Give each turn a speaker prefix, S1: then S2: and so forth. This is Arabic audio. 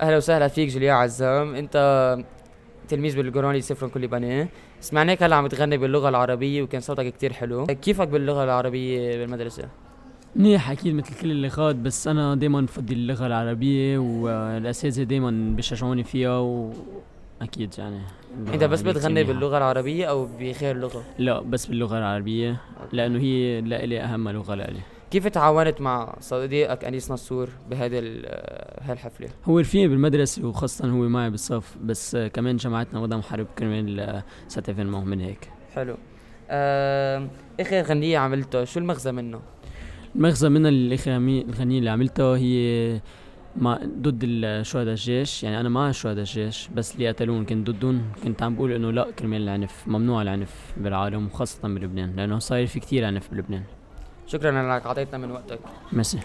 S1: اهلا وسهلا فيك جوليا عزام انت تلميذ بالجراني صفر كل بني سمعناك هلا عم تغني باللغه العربيه وكان صوتك كتير حلو كيفك باللغه العربيه بالمدرسه
S2: منيح اكيد مثل كل اللي خاد بس انا دائما بفضل اللغه العربيه والاساتذه دائما بشجعوني فيها واكيد يعني اللغة
S1: انت بس
S2: العربية كتير
S1: بتغني
S2: منيحة.
S1: باللغه العربيه او بغير لغه
S2: لا بس باللغه العربيه لانه هي لإلي اهم لغه لإلي
S1: كيف تعاونت مع صديقك انيس نصور بهذا ال- آه، هالحفله
S2: هو رفيقي بالمدرسه وخاصه هو معي بالصف بس آه، كمان جماعتنا وضع محارب كرمال آه، cet événement من هيك
S1: حلو آه، اخر غنية عملتها شو المغزى منه
S2: المغزى من الأغاني الغنية اللي عملتها هي مع ضد ال- شهداء الجيش يعني أنا مع شهداء الجيش بس اللي قتلون كنت ضدهم كنت عم بقول إنه لا كرمال العنف ممنوع العنف بالعالم وخاصة بلبنان لأنه صاير في كتير عنف بلبنان
S1: شكرا انك اعطيتنا من وقتك
S2: ميرسي